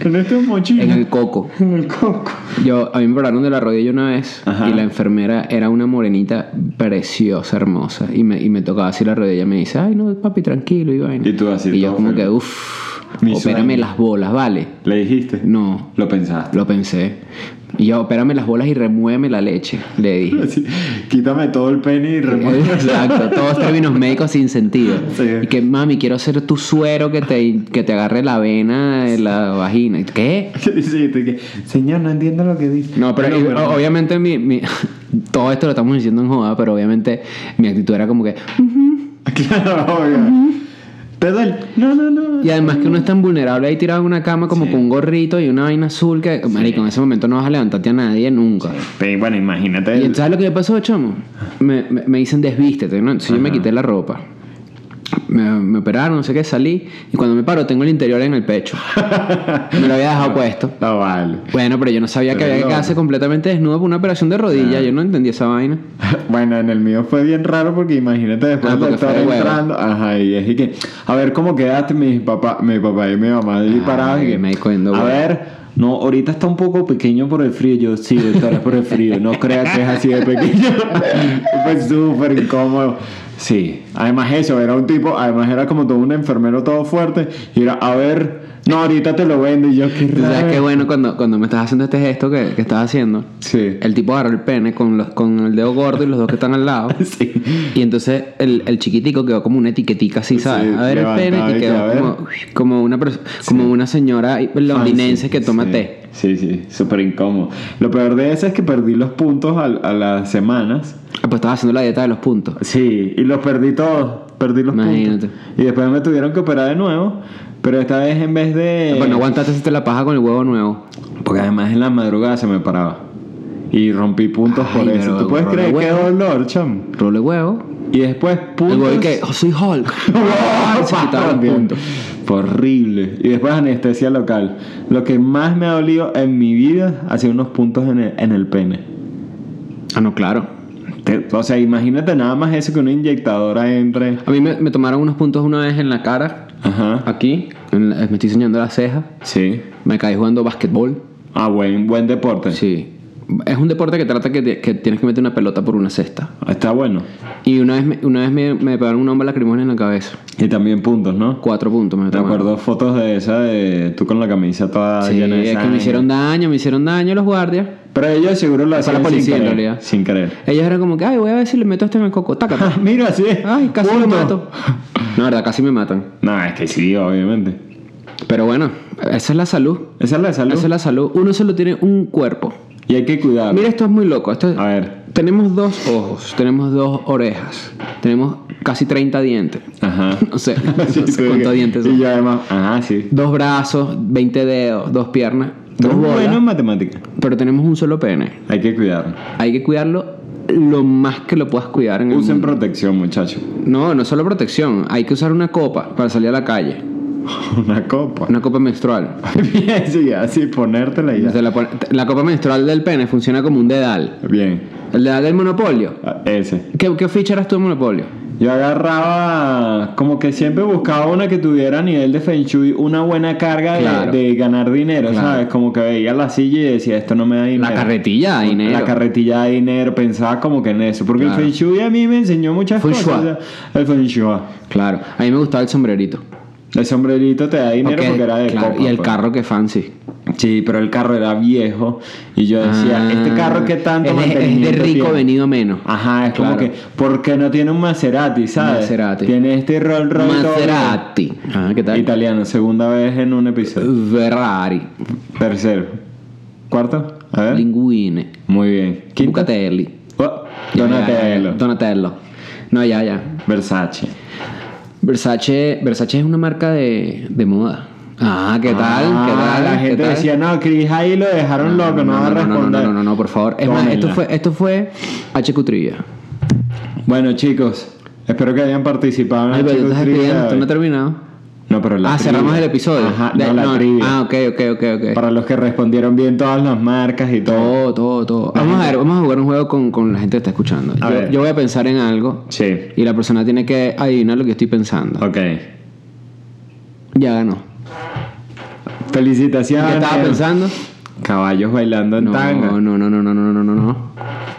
Speaker 1: en este mochila.
Speaker 2: En el coco.
Speaker 1: En el coco.
Speaker 2: Yo, a mí me operaron de la rodilla una vez
Speaker 1: Ajá.
Speaker 2: y la enfermera era una morenita preciosa, hermosa. Y me, y me tocaba así la rodilla. Me dice, ay, no, papi, tranquilo. Y, vaina.
Speaker 1: Y tú así,
Speaker 2: Y yo,
Speaker 1: todo
Speaker 2: como
Speaker 1: feliz.
Speaker 2: que, uff,
Speaker 1: Mi
Speaker 2: opérame
Speaker 1: sueño.
Speaker 2: las bolas, ¿vale?
Speaker 1: ¿Le dijiste?
Speaker 2: No,
Speaker 1: Lo pensaste.
Speaker 2: lo pensé. Y yo, opérame las bolas y remuéveme la leche, le dije.
Speaker 1: Así, Quítame todo el pene y remueve.
Speaker 2: Exacto, todos términos médicos sin sentido.
Speaker 1: Sí.
Speaker 2: Y que, mami, quiero hacer tu suero que te, que te agarre la vena de la vagina. Y, ¿Qué?
Speaker 1: Sí, tú que, Señor, no oh, entiendo lo que dice.
Speaker 2: No, pero, y-
Speaker 1: bueno,
Speaker 2: o- obviamente mi, mi- todo esto lo estamos diciendo en joda, pero obviamente mi actitud era como que... "Ujú".
Speaker 1: Claro, obvio. ¿Te duele? No, no, no.
Speaker 2: Y además que uno es tan vulnerable ahí tirado en una cama como con un gorrito y una vaina azul que, marico, en ese momento no vas a levantarte a nadie nunca.
Speaker 1: Pero, bueno, imagínate.
Speaker 2: Y
Speaker 1: el-
Speaker 2: entonces lo que me pasó, chamo, me, me- me dicen desvístete, ¿no? Entonces yo me quité la ropa. Me, me operaron, no sé qué, salí y cuando me paro tengo el interior en el pecho. Me lo había dejado puesto.
Speaker 1: No vale.
Speaker 2: Bueno, pero yo no sabía que
Speaker 1: Pero
Speaker 2: había que
Speaker 1: no.
Speaker 2: quedarse completamente desnudo por una operación de rodilla. Yo no entendí esa vaina.
Speaker 1: Bueno, en el mío fue bien raro porque imagínate después
Speaker 2: Ah,
Speaker 1: de
Speaker 2: porque
Speaker 1: estar
Speaker 2: fue de huevo.
Speaker 1: entrando. Ajá, y es y que. A ver, ¿cómo quedaste? Mi papá, mi papá y mi mamá ahí parados. Y que,
Speaker 2: me di cuenta,
Speaker 1: Ah, a
Speaker 2: huevo.
Speaker 1: ver. No, ahorita está un poco pequeño por el frío. Yo sí, doctor, es por el frío. No crea que es así de pequeño. Fue súper incómodo. Sí. Además eso, era un tipo, además era como todo un enfermero todo fuerte. Y era, a ver, no, ahorita te lo vendo. Y yo, qué
Speaker 2: Tú
Speaker 1: raro.
Speaker 2: sabes qué bueno cuando, cuando me estás haciendo este gesto que, que estás haciendo.
Speaker 1: Sí.
Speaker 2: El tipo agarró el pene con, los, con el dedo gordo y los dos que están al lado.
Speaker 1: Sí.
Speaker 2: Y entonces el, el chiquitico quedó como una etiquetica así, ¿sabes? a ver el
Speaker 1: levantado
Speaker 2: pene
Speaker 1: y
Speaker 2: y
Speaker 1: que, a
Speaker 2: quedó
Speaker 1: ver.
Speaker 2: como, como, una, pers- como una señora londinense que toma
Speaker 1: Ah, sí.
Speaker 2: té.
Speaker 1: Sí, sí, súper incómodo. Lo peor de eso es que perdí los puntos al- a, las semanas.
Speaker 2: Ah, Pues estaba haciendo la dieta de los puntos.
Speaker 1: Sí, y los perdí todos. Perdí los
Speaker 2: Imagínate.
Speaker 1: puntos. Y después me tuvieron que operar de nuevo. Pero esta vez en vez de.
Speaker 2: Pues no aguantaste hacerte la paja con el huevo nuevo.
Speaker 1: Porque además en la madrugada se me paraba. Y rompí puntos
Speaker 2: Ay,
Speaker 1: por
Speaker 2: pero
Speaker 1: eso. ¿Tú puedes
Speaker 2: horror,
Speaker 1: creer qué
Speaker 2: bueno.
Speaker 1: dolor, cham?
Speaker 2: Rolo de huevo.
Speaker 1: Y después puntos.
Speaker 2: El huevo y que, "Oh, soy Hulk.
Speaker 1: ¡Ah,
Speaker 2: Se quitaba los
Speaker 1: también!
Speaker 2: puntos.
Speaker 1: Fue horrible. Y después anestesia local. Lo que más me ha dolido en mi vida ha sido unos puntos en el, en el pene.
Speaker 2: Ah, no, claro.
Speaker 1: Te- o sea, imagínate nada más eso que una inyectadora entre.
Speaker 2: A mí me, me tomaron unos puntos una vez en la cara,
Speaker 1: Ajá.
Speaker 2: aquí. en la- me estoy enseñando la ceja.
Speaker 1: Sí.
Speaker 2: Me caí jugando basquetbol.
Speaker 1: Ah, buen, buen deporte.
Speaker 2: Sí. Es un deporte que trata que, te- que tienes que meter una pelota por una cesta.
Speaker 1: Ah, Está bueno.
Speaker 2: Y una vez me, una vez me, me pegaron una bomba lacrimógena en la cabeza.
Speaker 1: Y también puntos, ¿no?
Speaker 2: Cuatro puntos me
Speaker 1: Te
Speaker 2: tomaron.
Speaker 1: acuerdo fotos de esa de tú con la camisa toda
Speaker 2: Sí,
Speaker 1: llena de
Speaker 2: es que
Speaker 1: sangre.
Speaker 2: me hicieron daño, me hicieron daño los guardias.
Speaker 1: Pero ellos seguro lo
Speaker 2: Fue
Speaker 1: hacían
Speaker 2: la policía,
Speaker 1: sin
Speaker 2: en
Speaker 1: querer.
Speaker 2: realidad.
Speaker 1: Sin querer. Ah,
Speaker 2: Ellos eran como que, ay, voy a ver si le meto este en el coco. Tácata.
Speaker 1: Mira, sí.
Speaker 2: Ay, casi me
Speaker 1: punto.
Speaker 2: mato. No, verdad, casi me matan.
Speaker 1: No, es que sí, obviamente.
Speaker 2: Pero bueno, esa es la salud.
Speaker 1: Esa es la salud.
Speaker 2: Esa es la salud. Uno solo tiene un cuerpo.
Speaker 1: Y hay que cuidarlo.
Speaker 2: Mira, esto es muy loco. Esto es-
Speaker 1: A ver.
Speaker 2: Tenemos dos ojos, tenemos dos orejas, tenemos casi 30 dientes.
Speaker 1: Ajá.
Speaker 2: No sé, no
Speaker 1: Sí,
Speaker 2: sé
Speaker 1: creo
Speaker 2: cuántos
Speaker 1: que-
Speaker 2: dientes
Speaker 1: Y
Speaker 2: son.
Speaker 1: yo además. Ajá, sí.
Speaker 2: Dos brazos, 20 dedos, dos piernas,
Speaker 1: Tú
Speaker 2: dos
Speaker 1: eres
Speaker 2: bolas.
Speaker 1: bueno en matemática.
Speaker 2: Pero tenemos un solo pene.
Speaker 1: Hay que cuidarlo.
Speaker 2: Hay que cuidarlo lo más que lo puedas cuidar en el
Speaker 1: Usen
Speaker 2: mundo.
Speaker 1: protección, muchachos.
Speaker 2: No, no solo protección. Hay que usar una copa para salir a la calle.
Speaker 1: Una copa.
Speaker 2: Una copa menstrual.
Speaker 1: Bien, sí, así ponértela y ya.
Speaker 2: Te La, pon- te- la copa menstrual del pene funciona como un dedal.
Speaker 1: Bien.
Speaker 2: El dedal del monopolio.
Speaker 1: Ah, Ese.
Speaker 2: ¿Qué, qué ficha eras tú en monopolio?
Speaker 1: Yo agarraba, como que siempre buscaba una que tuviera a nivel de Feng Shui una buena carga de-
Speaker 2: Claro.
Speaker 1: de, ganar dinero,
Speaker 2: Claro.
Speaker 1: ¿sabes? Como que veía la silla y decía, esto no me da dinero.
Speaker 2: La carretilla, dinero.
Speaker 1: La carretilla de dinero, pensaba como que en eso. Porque
Speaker 2: Claro.
Speaker 1: el Feng Shui a mí me enseñó muchas
Speaker 2: Feng
Speaker 1: cosas.
Speaker 2: Shui.
Speaker 1: o sea, El Feng Shui.
Speaker 2: Claro. A mí me gustaba el sombrerito.
Speaker 1: El sombrerito te da dinero
Speaker 2: Ok,
Speaker 1: porque, era de
Speaker 2: claro,
Speaker 1: copa,
Speaker 2: Y el
Speaker 1: pues.
Speaker 2: carro que fancy.
Speaker 1: Sí, pero el carro era viejo. Y yo decía,
Speaker 2: Ah,
Speaker 1: este carro que tanto
Speaker 2: es de- es de,
Speaker 1: mantenimiento
Speaker 2: rico
Speaker 1: tiene?"
Speaker 2: venido a menos.
Speaker 1: Ajá, es como que,
Speaker 2: Claro.
Speaker 1: ¿por qué no tiene un Maserati, sabes?
Speaker 2: Maserati.
Speaker 1: Tiene este Rolls Royce todo
Speaker 2: Maserati. Ah, ¿qué
Speaker 1: bien.
Speaker 2: tal?
Speaker 1: italiano, segunda vez en un episodio.
Speaker 2: Ferrari.
Speaker 1: Tercero. Cuarto, a ver.
Speaker 2: Linguine.
Speaker 1: Muy bien. Quinto.
Speaker 2: Bucatelli.
Speaker 1: Oh,
Speaker 2: Ya, ya,
Speaker 1: Donatello.
Speaker 2: ya, Donatello. No, ya, ya.
Speaker 1: Versace.
Speaker 2: Versace, Versace es una marca de, de moda. Ah, ¿qué tal?
Speaker 1: Ah,
Speaker 2: ¿Qué tal?
Speaker 1: La
Speaker 2: ¿Qué
Speaker 1: gente
Speaker 2: tal?
Speaker 1: decía, no, Chris ahí lo dejaron loco, no, va a
Speaker 2: no, no, no,
Speaker 1: responder.
Speaker 2: no, no, no, por favor. Es más,
Speaker 1: Tómenla.
Speaker 2: esto fue, esto fue HQ Trivia.
Speaker 1: Bueno, chicos, espero que hayan participado en
Speaker 2: Ay,
Speaker 1: el
Speaker 2: pero tú
Speaker 1: Chico
Speaker 2: estás
Speaker 1: Trivia
Speaker 2: escribiendo,
Speaker 1: de
Speaker 2: tú
Speaker 1: hoy.
Speaker 2: no has terminado.
Speaker 1: No, pero eh. la
Speaker 2: ah, cerramos
Speaker 1: trivia.
Speaker 2: el episodio.
Speaker 1: Ajá,
Speaker 2: De-
Speaker 1: no, la
Speaker 2: no,
Speaker 1: trivia.
Speaker 2: Ah, ok, ok, ok, ok.
Speaker 1: Para los que respondieron bien todas las marcas y todo.
Speaker 2: Todo, todo, todo. Vamos a ver, vamos a jugar un juego con, con la gente que está escuchando.
Speaker 1: A
Speaker 2: Yo,
Speaker 1: ver.
Speaker 2: yo voy a pensar en algo
Speaker 1: Sí.
Speaker 2: y la persona tiene que adivinar lo que estoy pensando.
Speaker 1: Ok.
Speaker 2: Ya ganó.
Speaker 1: Felicitaciones.
Speaker 2: ¿Qué estaba pensando?
Speaker 1: Caballos bailando en
Speaker 2: No,
Speaker 1: tanga.
Speaker 2: no, no, no, no, no, no, no, no.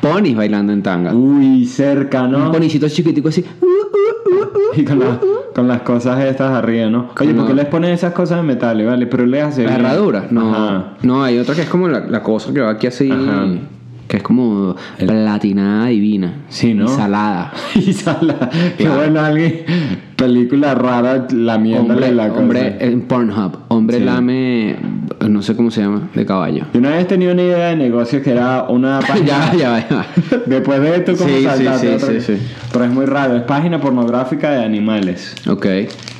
Speaker 2: Ponis bailando en tanga.
Speaker 1: Uy, cerca,
Speaker 2: Un
Speaker 1: ¿no?
Speaker 2: ponicito chiquitico así. uh,
Speaker 1: Y con, la- con las cosas estas arriba, ¿no? Oye, ¿por qué les ponen esas cosas de metal? Vale, pero le hace.
Speaker 2: La
Speaker 1: bien.
Speaker 2: herradura. No,
Speaker 1: Ajá.
Speaker 2: no, hay otra que es como la, la cosa que va aquí así.
Speaker 1: Ajá.
Speaker 2: Que es como platinada divina.
Speaker 1: Sí, ¿no?
Speaker 2: Y salada.
Speaker 1: Y sala. Qué
Speaker 2: Claro.
Speaker 1: bueno, alguien. Película rara lamiéndole
Speaker 2: Hombre,
Speaker 1: la cosa.
Speaker 2: hombre en Pornhub. Hombre
Speaker 1: Sí.
Speaker 2: lame. No sé cómo se llama. De caballo.
Speaker 1: Y una vez tenía una idea de negocio que era una página.
Speaker 2: ya, ya, ya.
Speaker 1: Después de esto, como
Speaker 2: Sí, sí,
Speaker 1: saltaste
Speaker 2: sí,
Speaker 1: a otra-
Speaker 2: sí, sí.
Speaker 1: Pero es muy raro. Es página pornográfica de animales.
Speaker 2: Ok.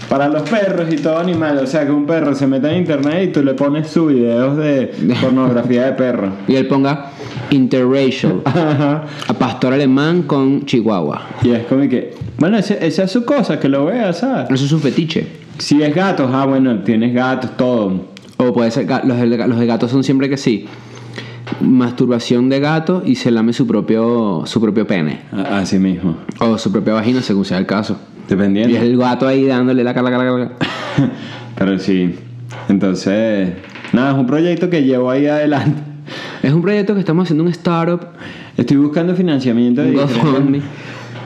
Speaker 1: Para los perros y todo animal, o sea que un perro se meta en internet y tú le pones sus videos de pornografía de perro.
Speaker 2: Y él ponga interracial.
Speaker 1: Ajá.
Speaker 2: A pastor alemán con chihuahua.
Speaker 1: y es como que, bueno, ese- esa es su cosa, que lo vea, ¿sabes?
Speaker 2: Eso es un fetiche.
Speaker 1: Si es gatos, ah, bueno, tienes gatos, todo.
Speaker 2: O puede ser, ga- los de, los de gatos son siempre que sí. Masturbación de gato y se lame su propio, su propio pene.
Speaker 1: A- Así mismo,
Speaker 2: O su propia vagina, según sea el caso. Y
Speaker 1: dependiendo.
Speaker 2: es el gato ahí dándole la cara, la cara, la cara.
Speaker 1: Pero sí, entonces, nada, es un proyecto que llevo ahí adelante.
Speaker 2: Es un proyecto que estamos haciendo un startup,
Speaker 1: Estoy buscando financiamiento de
Speaker 2: un
Speaker 1: diferentes-
Speaker 2: GoFundMe.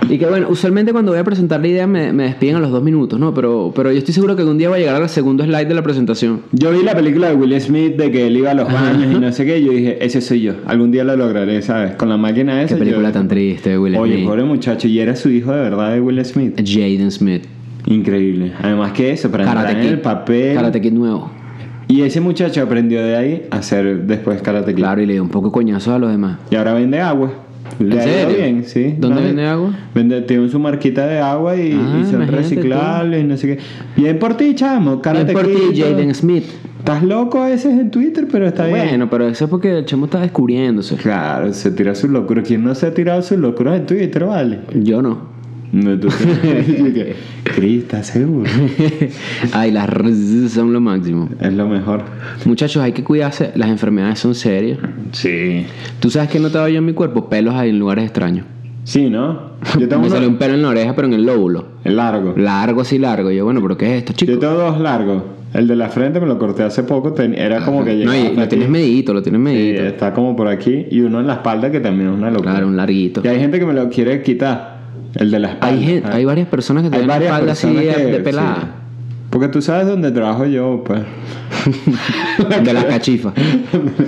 Speaker 2: Y que bueno, usualmente cuando voy a presentar la idea me, me despiden a los dos minutos, ¿no? Pero, pero yo estoy seguro que algún día va a llegar al segundo slide de la presentación.
Speaker 1: Yo vi la película de Will Smith de que él iba a los baños y no sé qué, y yo dije, ese soy yo, algún día lo lograré, ¿sabes? Con la máquina
Speaker 2: Qué
Speaker 1: esa. yo-
Speaker 2: película tan triste de Will
Speaker 1: Oye,
Speaker 2: Smith.
Speaker 1: pobre muchacho, y era su hijo de verdad de Will Smith.
Speaker 2: Jaden Smith.
Speaker 1: Increíble. Además que eso, para entrar
Speaker 2: Karate
Speaker 1: en el
Speaker 2: Kid.
Speaker 1: papel.
Speaker 2: Karate Kid nuevo.
Speaker 1: Y ese muchacho aprendió de ahí a hacer después karate Kid.
Speaker 2: Claro, y le dio un poco coñazo a los demás.
Speaker 1: Y ahora vende agua. Le
Speaker 2: ¿En
Speaker 1: ha ido
Speaker 2: serio?
Speaker 1: bien, sí.
Speaker 2: ¿Dónde
Speaker 1: No,
Speaker 2: vende agua?
Speaker 1: Vende, tiene su marquita de agua y,
Speaker 2: Ah,
Speaker 1: y son
Speaker 2: imagínate
Speaker 1: reciclables y no sé qué. Bien por ti, chamo. Karate
Speaker 2: Es por ti,
Speaker 1: Kid, todo.
Speaker 2: Jaden Smith.
Speaker 1: Estás loco a veces en Twitter, pero está bien.
Speaker 2: Bueno, pero eso es porque el chamo está descubriéndose.
Speaker 1: Claro, se tira su locura. ¿Quién no se ha tirado su locura en Twitter, vale?
Speaker 2: Yo no.
Speaker 1: No, tú. Cris, ¿estás seguro?
Speaker 2: Ay, las redes son lo máximo.
Speaker 1: Es lo mejor.
Speaker 2: Muchachos, hay que cuidarse. Las enfermedades son serias.
Speaker 1: Sí.
Speaker 2: ¿Tú sabes que he notado yo en mi cuerpo? Pelos ahí en lugares extraños.
Speaker 1: Sí, ¿no? Yo tengo
Speaker 2: Me
Speaker 1: uno-
Speaker 2: salió un pelo en la oreja, pero en el lóbulo.
Speaker 1: el largo.
Speaker 2: Largo, así largo. Yo, bueno, ¿pero qué es esto,
Speaker 1: Yo
Speaker 2: chico?
Speaker 1: tengo dos largos. El de la frente me lo corté hace poco. ten- Era como que
Speaker 2: No,
Speaker 1: llegaba
Speaker 2: y
Speaker 1: hasta
Speaker 2: lo
Speaker 1: aquí.
Speaker 2: tienes medidito, lo tienes
Speaker 1: Sí,
Speaker 2: medidito.
Speaker 1: está como por aquí. Y uno en la espalda que también es una locura.
Speaker 2: Claro, un larguito.
Speaker 1: Y hay gente que me lo quiere quitar. El de la espalda.
Speaker 2: Hay, gen- hay varias personas que
Speaker 1: Hay
Speaker 2: tienen la
Speaker 1: varias
Speaker 2: espalda así
Speaker 1: personas
Speaker 2: de,
Speaker 1: que-
Speaker 2: de pelada.
Speaker 1: sí. Porque tú sabes dónde trabajo yo, pues.
Speaker 2: De las cachifas.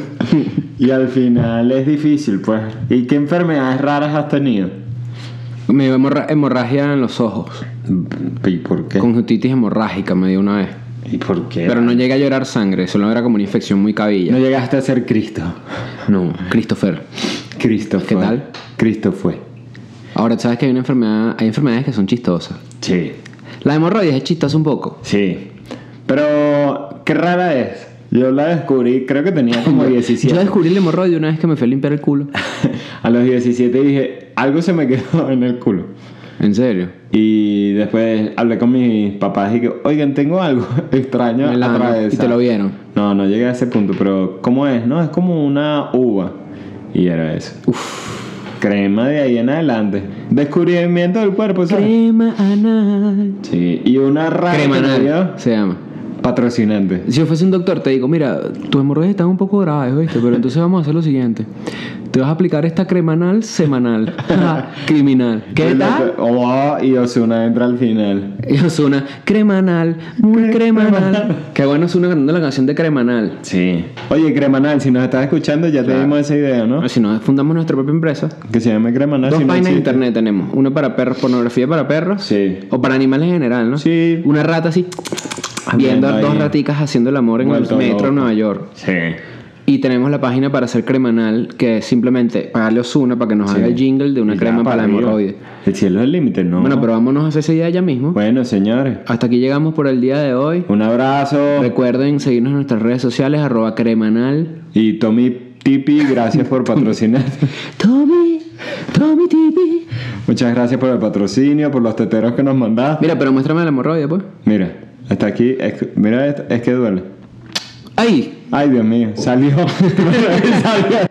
Speaker 1: y al final es difícil, pues. ¿Y qué enfermedades raras has tenido?
Speaker 2: Me dio hemorra- hemorragia en los ojos.
Speaker 1: ¿Y por qué?
Speaker 2: Conjuntitis hemorrágica me dio una vez.
Speaker 1: ¿Y por qué?
Speaker 2: Pero no llegué a llorar sangre, solo era como una infección muy
Speaker 1: No
Speaker 2: cabilla.
Speaker 1: llegaste a ser Cristo.
Speaker 2: No, Christopher.
Speaker 1: Cristo
Speaker 2: ¿Qué
Speaker 1: fue.
Speaker 2: tal?
Speaker 1: Cristo fue.
Speaker 2: Ahora, ¿sabes que hay una enfermedad? Hay enfermedades que son chistosas.
Speaker 1: Sí.
Speaker 2: La hemorroides es chistosa un poco.
Speaker 1: Sí. Pero, qué rara es. Yo la descubrí, creo que tenía como
Speaker 2: Yo
Speaker 1: 17.
Speaker 2: descubrí el hemorroide una vez que me fui a limpiar el culo.
Speaker 1: A los 17 dije, algo se me quedó en el culo.
Speaker 2: En serio.
Speaker 1: Y después hablé con mis papás y que, oigan, tengo algo extraño
Speaker 2: Me la-
Speaker 1: atravesado".
Speaker 2: y te lo vieron.
Speaker 1: No, no llegué a ese punto, pero ¿cómo es? No, es como una uva. Y era eso. Crema de ahí en adelante. Descubrimiento del cuerpo, ¿sabes?
Speaker 2: Crema anal.
Speaker 1: Sí. Y una rara
Speaker 2: Crema
Speaker 1: que me
Speaker 2: anal.
Speaker 1: dio,
Speaker 2: Se llama.
Speaker 1: patrocinante.
Speaker 2: Si yo fuese un doctor, te digo, mira, tus hemorroides están un poco graves, ¿viste? Pero entonces vamos a hacer lo siguiente. Te vas a aplicar esta crema anal semanal. Criminal. ¿Qué
Speaker 1: Y la-
Speaker 2: tal?
Speaker 1: Oh, y Osuna entra al final.
Speaker 2: Y Ozuna, crema anal, muy crema anal. Qué bueno Ozuna cantando la canción de crema anal.
Speaker 1: Sí. Oye, Cremanal, si nos estás escuchando, ya te dimos esa idea, ¿no?
Speaker 2: Si no, fundamos nuestra propia empresa.
Speaker 1: Que se llame Cremanal.
Speaker 2: Dos
Speaker 1: si no
Speaker 2: páginas de
Speaker 1: existe.
Speaker 2: internet tenemos. Una para perros, pornografía para perros.
Speaker 1: Sí.
Speaker 2: O para animales en general, ¿no?
Speaker 1: Sí.
Speaker 2: Una rata así, viendo a
Speaker 1: Viendo
Speaker 2: dos
Speaker 1: ahí.
Speaker 2: raticas haciendo el amor en
Speaker 1: Vuelto
Speaker 2: el metro
Speaker 1: loco.
Speaker 2: de Nueva York.
Speaker 1: Sí.
Speaker 2: Y tenemos la página para hacer crema anal, que es simplemente pagarle a Ozuna para que nos haga el jingle de una
Speaker 1: Y ya,
Speaker 2: crema para la
Speaker 1: arriba.
Speaker 2: hemorroide.
Speaker 1: El cielo es el límite, ¿no?
Speaker 2: Bueno, pues, pero vámonos a hacer esa idea ya mismo.
Speaker 1: Bueno, señores,
Speaker 2: Hasta aquí llegamos por el día de hoy.
Speaker 1: un abrazo.
Speaker 2: Recuerden seguirnos en nuestras redes sociales, arroba cremanal.
Speaker 1: Y Tommy Tipi, gracias por patrocinar.
Speaker 2: Tommy, Tommy Tipi.
Speaker 1: Muchas gracias por el patrocinio, por los teteros que nos mandaste.
Speaker 2: Mira, pero muéstrame la hemorroide, pues.
Speaker 1: Mira, hasta aquí, es que- mira, esto, es que duele.
Speaker 2: ¡Ay!
Speaker 1: Ay, Dios mío, salió. Salió.